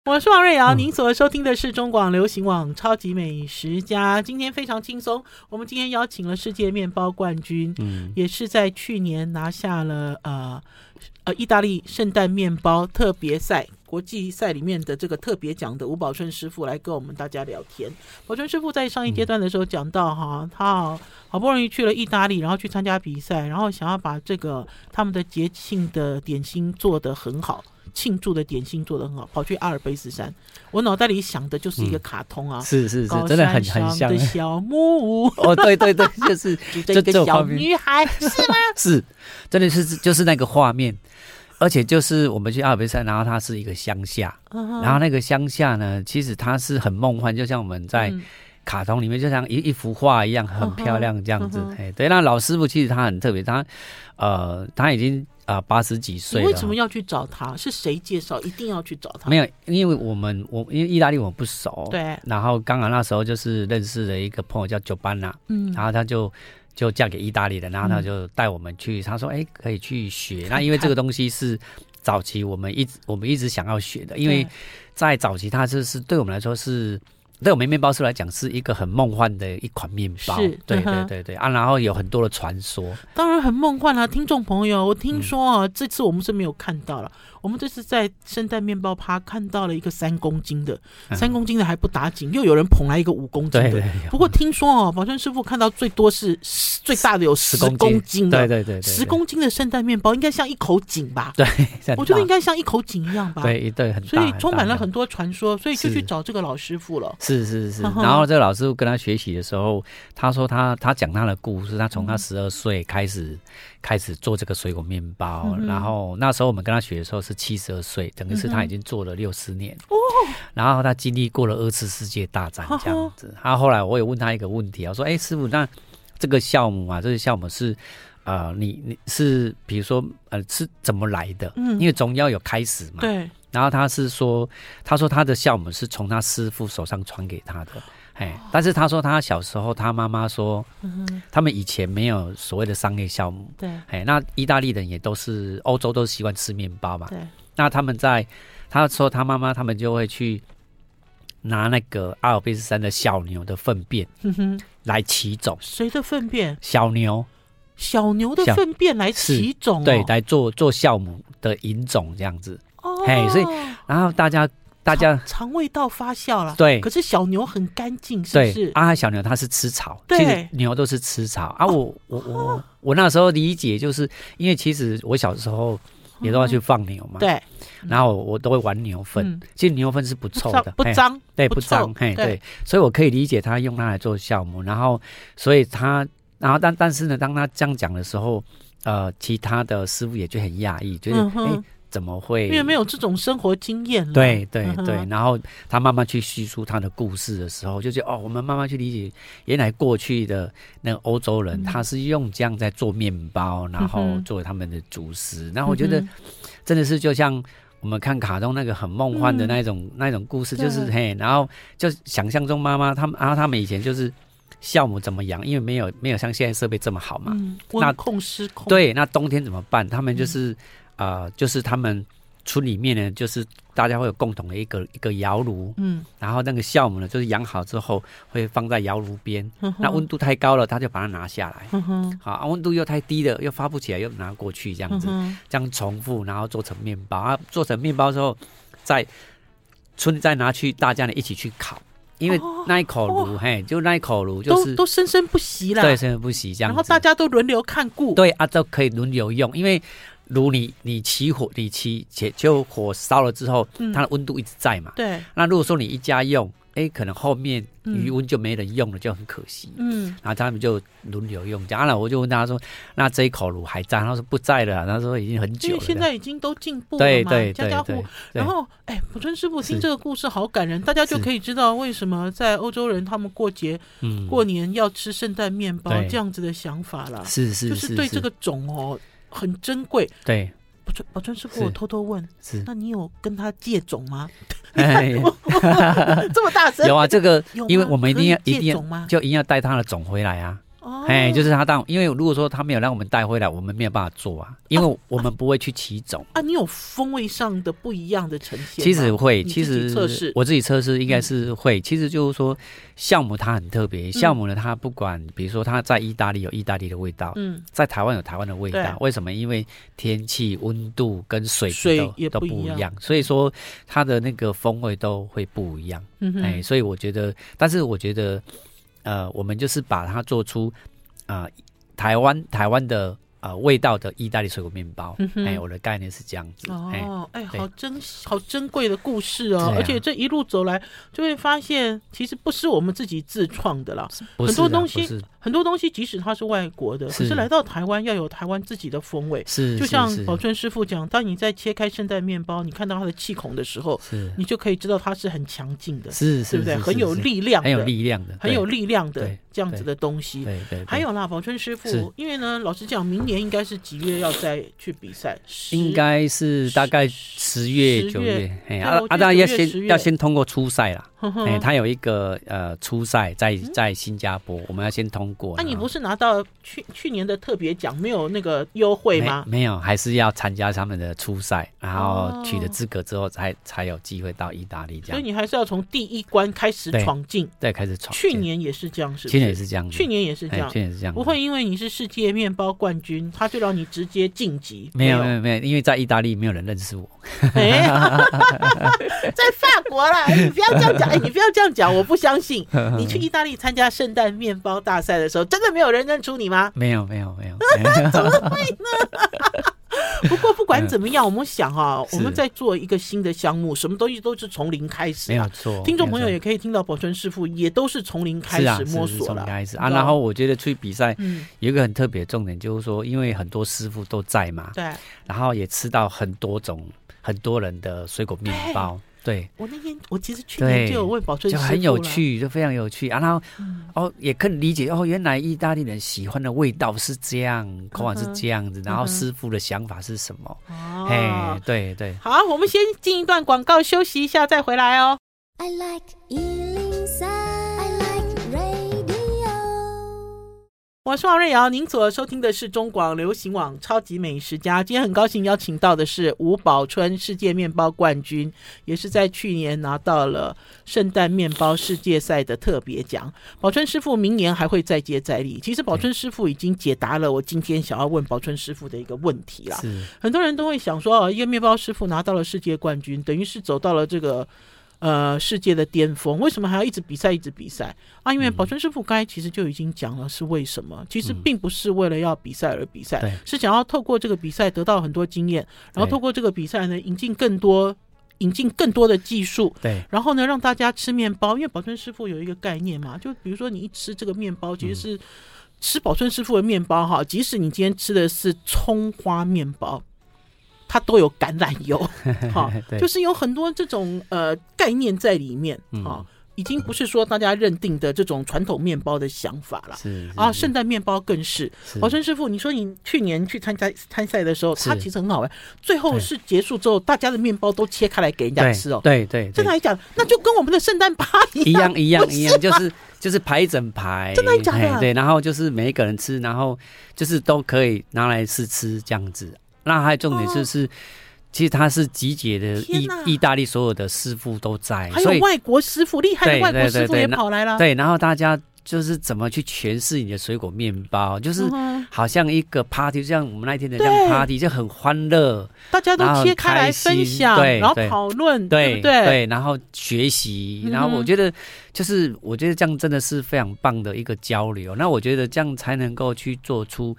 S1: 我是王瑞
S2: 嗯
S1: 瑶，您所收听的是中广流行网《超级美食家》。今天非常轻松，我们今天邀请了世界面包冠军，
S2: 嗯，
S1: 也是在去年拿下了呃呃意大利圣诞面包特别赛国际赛里面的这个特别奖的吴宝春师傅来跟我们大家聊天。宝春师傅在上一阶段的时候讲到哈、他好好不容易去了意大利，然后去参加比赛，然后想要把这个他们的节庆的点心做得很好。庆祝的点心做得很好，跑去阿尔卑斯山，我脑袋里想的就是一个卡通啊，
S2: 嗯是是
S1: 高
S2: 是，真的
S1: 山
S2: 很很
S1: 上
S2: 像
S1: 的。 小木屋，
S2: 哦，对对对，就是
S1: 这
S2: 这
S1: 个
S2: 种
S1: 小
S2: 画面
S1: 女孩是 吗？
S2: 是，真的是就是那个画面，而且就是我们去阿尔卑斯山，然后它是一个乡下，
S1: 嗯
S2: 然后那个乡下呢，其实它是很梦幻，就像我们在
S1: 嗯
S2: 卡通里面，就像一一幅画一样，很漂亮这样子
S1: 嗯哼嗯。
S2: 哎、对，那老师傅其实他很特别，他呃他已经啊八十几岁
S1: 你
S2: 了。
S1: 为什么要去找他？是谁介绍？一定要去找他？
S2: 没
S1: 有，
S2: 有，因为我们我因为意大利我不熟，。
S1: 对，
S2: 然后刚好那时候就是认识了一个朋友叫九班娜，
S1: 嗯
S2: 然后他就就嫁给意大利人，然后他就带我们去，他说：“哎、可以去学。”那因为这个东西是早期我们一直我们一直想要学的，因为
S1: 对
S2: 在早期它就是对我们来说是。对我们面包师来讲，是一个很梦幻的一款面包
S1: 是，
S2: 对
S1: 嗯
S2: 对
S1: 哼
S2: 对对啊，然后有很多的传说，
S1: 啊
S2: 嗯
S1: 当然很梦幻啦、听众朋友，我听说啊，这次我们是没有看到了。我们这次在圣诞面包趴看到了一个三公斤的，
S2: 嗯
S1: 三公斤的还不打紧，又有人捧来一个五公斤
S2: 对
S1: 的。
S2: 对
S1: 不过听说哦，宝山师傅看到最多是十最大的有十
S2: 公斤
S1: 公斤
S2: 对
S1: 的，
S2: 对对，
S1: 十公斤的圣诞面包应该像一口井吧？
S2: 斤
S1: 我觉得应该像一口井一样吧。，
S2: 对对很大，
S1: 所以
S2: 很
S1: 充满
S2: 大
S1: 了很多传说，所以就去
S2: 是
S1: 找这个老师傅了。
S2: 是是是，
S1: 嗯哼
S2: 然后这个老师跟他学习的时候，他说他他讲他的故事，他从他十二岁开始、开始做这个水果面包，
S1: 嗯哼
S2: 然后那时候我们跟他学的时候是七十二岁，等于是
S1: 嗯
S2: 他
S1: 哼
S2: 已经做了六十年哦，然后他经历过了二次世界大战
S1: 哈哈
S2: 这样子。 他后来我有问他一个问题啊，我说哎师傅，那这个酵母啊，这个酵母是呃你你是比如说呃是怎么来的？
S1: 嗯
S2: 因为总要有开始嘛，
S1: 对，
S2: 然后他是说，他说他的酵母是从他师傅手上传给他的，哎，但是他说他小时候他妈妈说，
S1: 嗯哼，
S2: 他们以前没有所谓的商业酵母，
S1: 对
S2: 哎，那意大利人也都是欧洲都是习惯吃面包嘛，
S1: 对，
S2: 那他们在他说他妈妈他们就会去拿那个阿尔卑斯山的小牛的粪便
S1: 嗯哼，
S2: 来起种，
S1: 谁的粪便？
S2: 小牛
S1: 小牛的
S2: 小
S1: 粪便来
S2: 是
S1: 起种、哦，
S2: 对来做做酵母的引种这样子，
S1: 哦，
S2: 嘿所以然后大家大家
S1: 肠肠胃道发酵了，
S2: 对
S1: 可是小牛很干净，是不
S2: 对
S1: 是，？
S2: 啊，小牛它是吃草，
S1: 对哦
S2: 其实牛都是吃草啊。我我我我那时候理解，就是因为其实我小时候也都要去放牛嘛，，
S1: 哦对，
S2: 然后我都会玩牛粪，
S1: 嗯
S2: 其实牛粪是不
S1: 不
S2: 臭
S1: 脏
S2: 的，
S1: 不
S2: 嘿，
S1: 脏，
S2: 对，
S1: 不
S2: 不脏
S1: 臭，
S2: 嘿，
S1: 对
S2: 对，所以我可以理解他用它来做酵母，然后所以他，然后但但是呢，当他这样讲的时候，呃，其他的师傅也就很讶异，就是
S1: 嗯
S2: 哎、
S1: 哼
S2: 怎么会
S1: 因为没有这种生活经验了，
S2: 对对
S1: 嗯哼
S2: 对，然后他慢慢去叙述他的故事的时候，就觉得哦，我们慢慢去理解，原来过去的那个欧洲人，
S1: 嗯
S2: 他是用这样在做面包，然
S1: 嗯
S2: 后
S1: 哼
S2: 作为他们的主食。然
S1: 嗯
S2: 后我觉得
S1: 哼
S2: 真的是就像我们看卡通那个很梦幻的
S1: 嗯
S2: 那一种、那一种故事，
S1: 对
S2: 就是嘿，然后就想象中妈妈他们，然后他们以前就是酵母怎么养，因为没有没有像现在设备这么好嘛，
S1: 嗯，
S2: 啊那
S1: 温控失控，，
S2: 对，那冬天怎么办？他
S1: 嗯
S2: 们就是、呃，就是他们村里面呢，就是大家会有共同的一个一个窑炉，
S1: 嗯，
S2: 然后那个酵母呢，就是养好之后会放在窑炉边。
S1: 嗯哼
S2: 那温，度太高了，他就把它拿下来。
S1: 嗯哼，
S2: 好，啊温度又太低了，又发不起来，又拿过去这样
S1: 嗯
S2: 子，
S1: 哼，
S2: 这样重复，然后做成面包。啊，做成面包之后，再村再拿去大家呢一起去烤，因为
S1: 哦
S2: 那一口炉，嘿，就那一口炉就
S1: 都
S2: 是
S1: 都生生不息啦，
S2: 对，生不息这样
S1: 然
S2: 子。
S1: 后大家都轮流看顾，
S2: 对啊，都可以轮流用，因为炉你你起火，你起且就火烧了之后，
S1: 嗯
S2: 它的温度一直在嘛。
S1: 对，
S2: 那如果说你一家用，哎，可能后面
S1: 嗯
S2: 余温就没人用了，就很可惜。
S1: 嗯，
S2: 然后他们就轮流用，这样。那我就问他说：“那这一口炉还在？”他说：“不在了。”他说：“已经很
S1: 因
S2: 久
S1: 为
S2: 了。”
S1: 现在已经都进步了
S2: 对
S1: 嘛，
S2: 对
S1: 家
S2: 对
S1: 家户
S2: 对，对
S1: 然后，哎，普春师傅听
S2: 是
S1: 这个故事好感人，大家就是可以知道为什么在欧洲人他们过节、
S2: 嗯，
S1: 过年要吃圣诞面包
S2: 对
S1: 这样子的想法啦，
S2: 是是
S1: 就是对这个种哦很珍贵。
S2: 对
S1: 宝春宝春师傅，
S2: 是
S1: 我偷偷问，
S2: 是
S1: 那你有跟他借种 吗？
S2: 哎
S1: 这么大声
S2: 有，啊，这个
S1: 有吗
S2: 因为我们一定要
S1: 可以
S2: 一
S1: 借
S2: 定要
S1: 种吗？
S2: 就一定要带他的种回来啊。
S1: 哦
S2: 哎，就是他当，因为如果说他没有让我们带回来，我们没有办法做啊，因
S1: 哦
S2: 为我们不会去起 种。
S1: 啊，你有风味上的不一样的呈现吗。
S2: 其实会，
S1: 你
S2: 其
S1: 自己
S2: 实
S1: 测试嗯
S2: 我自己测试应该是会。其实就是说，酵母它很特别，酵母呢，它不管，比如说它在意大利有意大利的味道，
S1: 嗯，
S2: 在台湾有台湾的味道
S1: 对，
S2: 为什么？因为天气、温度跟水质
S1: 水
S2: 都
S1: 也
S2: 都
S1: 不一
S2: 不
S1: 样
S2: 一样，所以说它的那个风味都会不一样。
S1: 嗯哼
S2: 哎，所以我觉得，但是我觉得，呃，我们就是把它做出，呃，台湾台湾的呃味道的意大利水果面包。
S1: 嗯哼
S2: 哎，我的概念是这样子。哎，
S1: 哦，哎，
S2: 对
S1: 好珍好珍贵的故事哦，
S2: 对啊
S1: 而且这一路走来，就会发现其实不是我们自己自创的啦，
S2: 不是
S1: 很多
S2: 啊
S1: 东
S2: 不
S1: 西
S2: 是
S1: 很多东西即使它是外国的，可是
S2: 是
S1: 来到台湾要有台湾自己的风味。
S2: 是
S1: 就是像
S2: 是
S1: 宝春师傅讲，当你在切开圣诞面包，你看到它的气孔的时候，
S2: 是
S1: 你就可以知道它是很强劲的，
S2: 是
S1: 对
S2: 是
S1: 不对？
S2: 是
S1: 很
S2: 是
S1: 有
S2: 是
S1: 力量的，
S2: 很有力量的，
S1: 很有
S2: 对
S1: 力量的
S2: 对
S1: 这样子的东西。
S2: 对对，对
S1: 还有啦，宝春师
S2: 是
S1: 傅，因为呢，老实讲，明年应该是几月要再去比赛？十
S2: 应该是大概十月
S1: 十
S2: 九
S1: 月
S2: 月，哎，
S1: 对
S2: 啊
S1: 我记
S2: 啊，
S1: 得
S2: 当然
S1: 九
S2: 要
S1: 月十
S2: 先
S1: 月嗯
S2: 要先通过初赛啦。
S1: 呵呵
S2: 哎，它有一个呃初赛在在新加坡，我们要先通通过。
S1: 那、嗯啊你
S2: 然后
S1: 不是拿到去去年的特别奖，没有那个优惠
S2: 没
S1: 吗？
S2: 没有，还是要参加他们的初赛，然
S1: 哦
S2: 后取得资格之后才才有机会到意大利这
S1: 所以
S2: 样。
S1: 你还是要从第一关开始
S2: 对
S1: 闯进。
S2: 对，开始闯。
S1: 去年也是这样，是不
S2: 去年也
S1: 是
S2: 是这样子，
S1: 去年也是这
S2: 哎
S1: 样
S2: 去，年也是这样子，
S1: 不会因为你是世界面包冠军，他就让你直接晋级。
S2: 没有没有没有，因为在意大利没有人认识我。
S1: 哎，在法国啦！哎你不要这样讲，哎，你不要这样讲，我不相 信。你去意大利参加圣诞面包大赛的时候，真的没有人认出你吗？
S2: 没有没有没有，
S1: 不过不 管怎么样，我们想啊，
S2: 嗯是
S1: 我们在做一个新的项目，什么东西都是从零开始
S2: 没有
S1: 啊。
S2: 错。
S1: 听众朋友
S2: 没有
S1: 也可以听到宝春师傅也都是从零
S2: 错
S1: 开
S2: 是啊，
S1: 始
S2: 是
S1: 摸
S2: 是
S1: 索
S2: 从
S1: 了，
S2: 开始
S1: 你
S2: 啊，
S1: 知道
S2: 然后我觉得去比赛
S1: 嗯，
S2: 有一个很特别的重点，就是说，因为很多师傅都在嘛，
S1: 对
S2: 然后也吃到很多种很多人的水果面包，对，
S1: 我那天我其实去年
S2: 对
S1: 就有问宝春师
S2: 就
S1: 傅
S2: 很有
S1: 了，
S2: 趣，就非常有趣啊。然后
S1: 嗯
S2: 哦，也可以理解哦，原来意大利人喜欢的味道是这样，口感是这样子，然后
S1: 嗯哼
S2: 师傅的想法是什么？
S1: 哦
S2: 嘿，。对对。
S1: 好，我们先进一段广告休息一下，再回来哦。
S3: I like Ealing Sound. I like radio.
S1: 我是王瑞瑶，您所收听的是中广流行网《超级美食家》。今天很高兴邀请到的是吴宝春世界面包冠军，也是在去年拿到了圣诞面包世界赛的特别奖。宝春师傅明年还会再接再厉。其实宝春师傅已经解答了我今天想要问宝春师傅的一个问题啦。
S2: 是，
S1: 很多人都会想说，哦，一个面包师傅拿到了世界冠军，等于是走到了这个呃世界的巅峰，为什么还要一直比赛，一直比赛啊？因
S2: 嗯
S1: 为宝春师傅刚才其实就已经讲了是为什么，其实并不是为了要比赛而比赛，
S2: 对
S1: 是想要透过这个比赛得到很多经验，然后
S2: 对
S1: 透过这个比赛呢，引进更多引进更多的技术。
S2: 对，
S1: 然后呢，让大家吃面包，因为宝春师傅有一个概念嘛，就比如说你一吃这个面包，其实是
S2: 嗯
S1: 吃宝春师傅的面包哈，即使你今天吃的是葱花面包，它都有橄榄 油哈，
S2: 对
S1: 就是有很多这种呃概念在里面
S2: 嗯
S1: 啊，已经不是说大家认定的这种传统面包的想法了。
S2: 是
S1: 啊，圣诞面包更是
S2: 是
S1: 宝春师傅，你说你去年去参加参赛的时候，
S2: 是
S1: 它其实很好玩。最后
S2: 对
S1: 是结束之后，大家的面包都切开来给人家
S2: 对
S1: 吃哦。
S2: 对对，
S1: 真
S2: 对
S1: 的还讲，那就跟我们的圣诞趴一
S2: 一
S1: 样。
S2: 样一样
S1: 不是
S2: 一样，就是就是排一整排，
S1: 真的假的
S2: 嘿对，然后就是每一个人吃，然后就是都可以拿来试吃这样子。那还有重点就是，其实它是集结的
S1: 哦天
S2: 意
S1: 哪
S2: 意大利所有的师傅都在，
S1: 还
S2: 所以
S1: 有外国师傅，厉害的
S2: 对
S1: 外国
S2: 对
S1: 师傅
S2: 对对
S1: 也
S2: 那
S1: 跑来了。
S2: 对，然后大家就是怎么去诠释你的水果面包，就是
S1: 嗯哼，
S2: 好像一个 party，就像我们那一天的这
S1: 对
S2: 样 party 就很欢乐，
S1: 大家都
S2: 然后很
S1: 切开来
S2: 开心
S1: 分享，
S2: 对
S1: 然后
S2: 对
S1: 讨论，
S2: 对
S1: 不对？
S2: 然后学习
S1: 嗯，哼
S2: 然后我觉得就是我觉得这样真的是非常棒的一个交流。那我觉得这样才能够去做出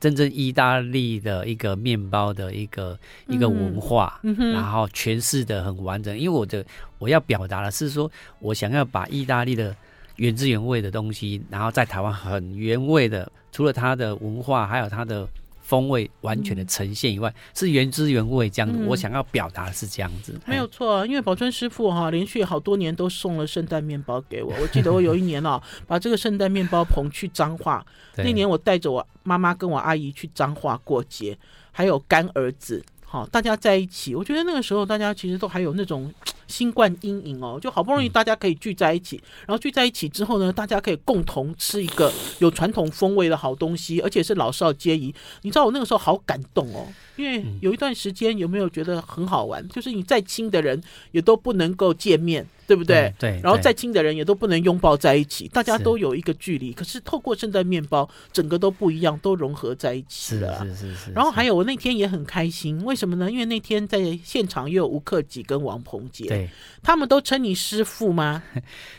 S2: 真正意大利的一个面包的一个、一个文化。
S1: 嗯哼，
S2: 然后诠释的很完整，因为我的我要表达的是说，我想要把意大利的原汁原味的东西，然后在台湾很原味的，除了它的文化，还有它的风味完全的呈现以外，是原汁原味这样子。
S1: 嗯
S2: 我想要表达的是这样子，哎
S1: 没有错，因为宝春师傅哈、连续好多年都送了圣诞面包给我。我记得我有一年哦，把这个圣诞面包捧去彰化，
S2: 对
S1: 那年我带着我妈妈跟我阿姨去彰化过节，还有干儿子，好、大家在一起。我觉得那个时候大家其实都还有那种嘖新冠阴影哦，就好不容易大家可以聚在一起，然后聚在一起之后呢，大家可以共同吃一个有传统风味的好东西，而且是老少皆宜。你知道我那个时候好感动哦，因为有一段时间有没有觉得很好玩？就是你再亲的人也都不能够见面，对不对？
S2: 对对
S1: 然后
S2: 对
S1: 再亲的人也都不能拥抱在一起，大家
S2: 是
S1: 都有一个距离。可是透过圣诞面包，整个都不一样，都融合在一起
S2: 是
S1: 了啊。
S2: 是是是。
S1: 然后
S2: 是
S1: 还有，我那天也很开心，为什么呢？因为那天在现场也有吴克己跟王鹏杰，
S2: 对
S1: 他们都称你师傅吗？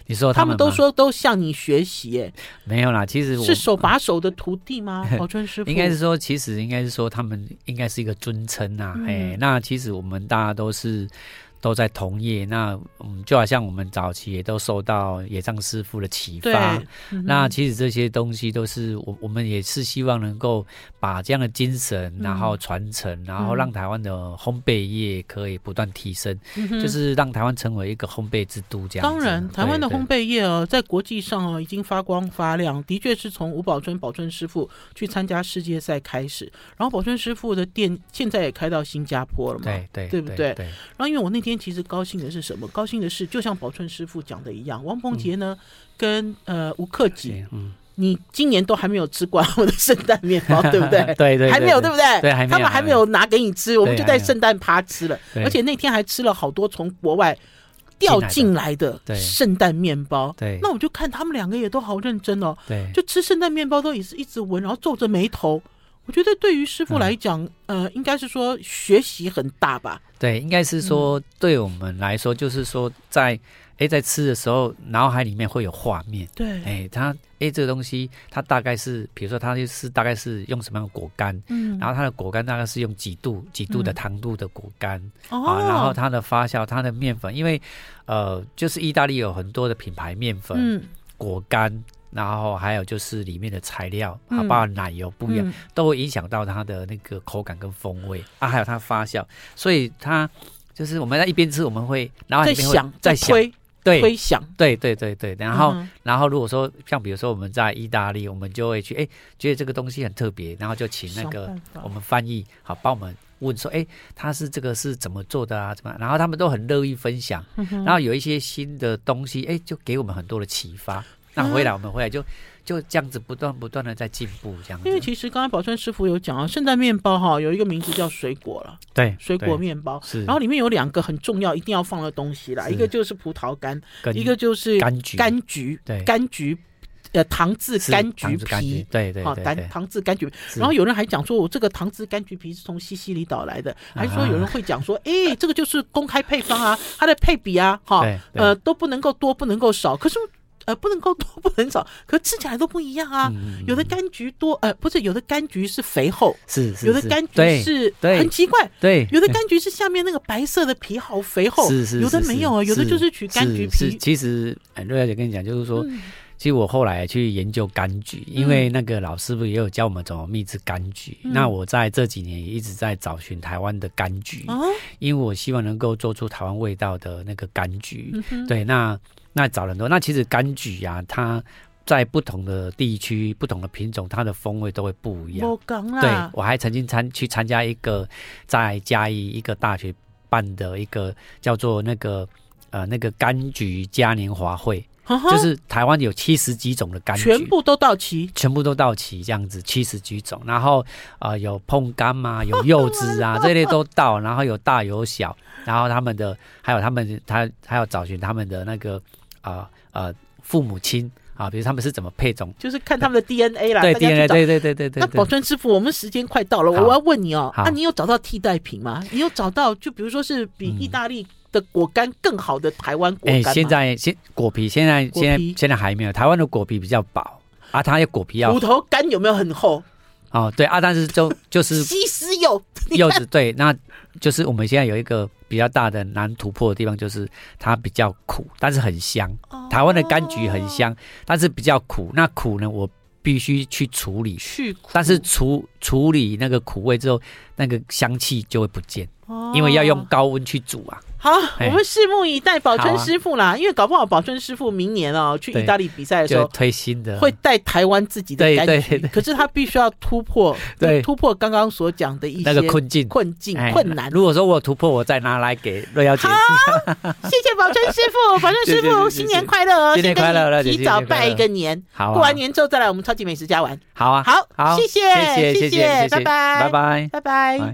S2: 你说
S1: 他
S2: 们
S1: 们都
S2: 吗
S1: 说都向你学习，哎，
S2: 没有啦，其实我
S1: 是手把手的徒弟 吗？宝春师傅
S2: 应该是说，其实应该是说，他们应该是一个尊称啊。
S1: 嗯
S2: 哎、那其实我们大家都是都在同业，那嗯，就好像我们早期也都受到野藏师傅的启
S1: 对
S2: 发。，
S1: 嗯哼
S2: 那其实这些东西都是我我们也是希望能够把这样的精神，然后传承，
S1: 嗯
S2: 然后让台湾的烘焙业可以不断提升，
S1: 嗯哼
S2: 就是让台湾成为一个烘焙之都这样子。啊
S1: 当然，台湾的
S2: 对
S1: 烘焙业哦，在国际上哦已经发光发亮，的确是从吴宝春、宝春师傅去参加世界赛开始，然后宝春师傅的店现在也开到新加坡了嘛。
S2: 对对
S1: 对不对
S2: 对
S1: 然后，因为我那天其实高兴的是什么？
S2: 嗯
S1: 高兴的是，就像宝春师傅讲的一样，王鹏杰呢、跟呃吴克己
S2: 对，嗯，
S1: 你今年都还没有吃光我的圣诞面包，哦对不对？
S2: 对对，
S1: 还没有，对不对？
S2: 对还没有
S1: 他们还没有拿给你吃，我们
S2: 对
S1: 就在
S2: 还没有
S1: 圣诞趴吃了，
S2: 对
S1: 而且那天还吃了好多从国外调进来的
S2: 对
S1: 圣诞面包。
S2: 对
S1: 那我就看他们两个也都好认真哦，
S2: 对
S1: 就吃圣诞面包都也是一直闻，然后皱着眉头。我觉得对于师傅
S2: 嗯
S1: 来讲，呃，应该是说学习很大吧。
S2: 对，应该是
S1: 嗯
S2: 说对我们来说，就是说在哎在吃的时候，脑海里面会有画面。
S1: 对，
S2: 哎，它哎这个东西，它大概是，比如说它就是大概是用什么样的果干，
S1: 嗯
S2: 然后它的果干大概是用几度几度的糖度的果干、
S1: 后
S2: 啊，然后它的发酵，它的面粉，因为呃，就是意大利有很多的品牌面粉、
S1: 嗯，
S2: 果干，然后还有就是里面的材料，
S1: 嗯
S2: 啊，包括奶油不一样，
S1: 嗯
S2: 都会影响到它的那个口感跟风味啊，还有它发酵，所以它就是我们在一边吃，我啊们会然后
S1: 在
S2: 里面会
S1: 想，
S2: 在想，
S1: 推推
S2: 对
S1: 想，
S2: 对对对对，然后、
S1: 嗯
S2: 然后如果说像比如说我们在意大利，我们就会去哎觉得这个东西很特别，然后就请那
S1: 想
S2: 个
S1: 办法
S2: 我们翻译好帮我们问说，哎，它是这个是怎么做的啊？怎么样？然后他们都很乐意分享，
S1: 嗯
S2: 然后有一些新的东西，哎，就给我们很多的启发。那
S1: 啊
S2: 回来我们回来就就这样子不断不断的在进步，这样子。
S1: 因为其实刚才宝川师傅有讲啊，圣诞面包哈有一个名字叫水果了，
S2: 对
S1: 水果面包。
S2: 是，
S1: 然后里面有两个很重要一定要放的东西啦，
S2: 是
S1: 一个就是葡萄干，
S2: 跟
S1: 一个就是
S2: 柑橘
S1: 柑橘，
S2: 对
S1: 柑橘，呃，糖渍
S2: 是
S1: 柑
S2: 糖
S1: 橘
S2: 子柑橘
S1: 皮，
S2: 对对
S1: 啊，
S2: 对
S1: 糖
S2: 对，
S1: 糖渍柑橘。
S2: 是
S1: 然后有人还讲说，哦我这个糖渍柑橘皮是从西西里岛来的，
S2: 啊
S1: 还说有人会讲说， 哎，这个就是公开配方啊，它的配比啊，哈
S2: 对，对
S1: 呃，都不能够多，不能够少。可是，呃，不能够多，不能少，可吃起来都不一样啊。
S2: 嗯嗯
S1: 有的
S2: 嗯
S1: 柑橘多，呃，不是有的柑橘是肥厚，
S2: 是是
S1: 有的
S2: 是
S1: 柑
S2: 对
S1: 橘是
S2: 对
S1: 很奇怪，
S2: 对
S1: 有的柑橘是下面那个白色的皮好肥厚，
S2: 嗯是是
S1: 有的
S2: 是
S1: 没有啊，有的就是取柑橘
S2: 是是
S1: 皮。
S2: 其实，哎，瑞小姐跟你讲，就是说，
S1: 嗯
S2: 其实我后来去研究柑橘，因为那个老师傅也有教我们怎么蜜制柑橘。
S1: 嗯
S2: 那我在这几年也一直在找寻台湾的柑橘，
S1: 啊，
S2: 因为我希望能够做出台湾味道的那个柑橘。
S1: 嗯哼，
S2: 对，那那找了很多。那其实柑橘呀、它在不同的地区、不同的品种，它的风味都会不一样。
S1: 我讲
S2: 对
S1: 啦，，啊
S2: 我还曾经参去参加一个在嘉义一个大学办的一个叫做那个呃那个柑橘嘉年华会，
S1: 哈哈
S2: 就是台湾有七十几种的柑橘，
S1: 啊全部都到齐，
S2: 全部都到齐这样子，七十几种，然后呃有碰柑啊，有柚 子啊这类都到，然后有大有小，然后他们的还有他们他还有找寻他们的那个啊呃父母亲啊，比如他们是怎么配种。
S1: 就是看他们的 DNA 啦。
S2: 对
S1: 啊大家去
S2: DNA，
S1: 找
S2: 对对对对对
S1: 那宝
S2: 对，
S1: 川师傅，我们时间快到了，
S2: 好
S1: 我要问你哦，
S2: 好
S1: 啊，你有找到替代品吗？你有找到就比如说是比
S2: 嗯
S1: 意大利的果干更好的台湾果
S2: 哎，
S1: 干
S2: 现
S1: 吗？
S2: 在现果皮现在
S1: 果皮
S2: 现在现在还没有，台湾的果皮比较薄啊，它的果皮要
S1: 骨头干有没有很厚？
S2: 哦对啊，但 是就就是
S1: 西施有，
S2: 柚子对，那就是我们现在有一个比较大的难突破的地方，就是它比较苦，但是很香。
S1: 哦
S2: 台湾的柑橘很香，但是比较苦。那苦呢，我必须去处理，
S1: 去苦，
S2: 但是处处理那个苦味之后，那个香气就会不见，因为要用
S1: 哦
S2: 高温去煮啊。
S1: 好，
S2: 哎
S1: 我们拭目以待，宝春
S2: 好啊
S1: 师傅啦，因为搞不好宝春师傅明年哦去
S2: 对
S1: 意大利比赛的时
S2: 就
S1: 候。
S2: 推新的
S1: 会带台湾自己的
S2: 对
S1: 柑橘，
S2: 对对
S1: 可是他必须要突破，
S2: 对
S1: 突破刚刚所讲的一些
S2: 那个困境。
S1: 困境、
S2: 哎
S1: 困难。
S2: 如果说我有突破，我再拿来给瑞瑶姐吃。
S1: 谢谢宝春师 傅，宝春师
S2: 谢谢谢
S1: 傅
S2: 谢
S1: 新年快乐哦！
S2: 新年
S1: 先跟
S2: 快乐
S1: 你
S2: 乐姐
S1: 提
S2: 新
S1: 早
S2: 年快
S1: 拜一
S2: 乐
S1: 个年，
S2: 好啊，
S1: 过完年之后再来我们超级美食家玩。
S2: 好啊，
S1: 好，
S2: 好，
S1: 谢谢，
S2: 谢谢，谢谢，
S1: 拜拜，
S2: 拜拜。
S1: 拜拜。
S2: 拜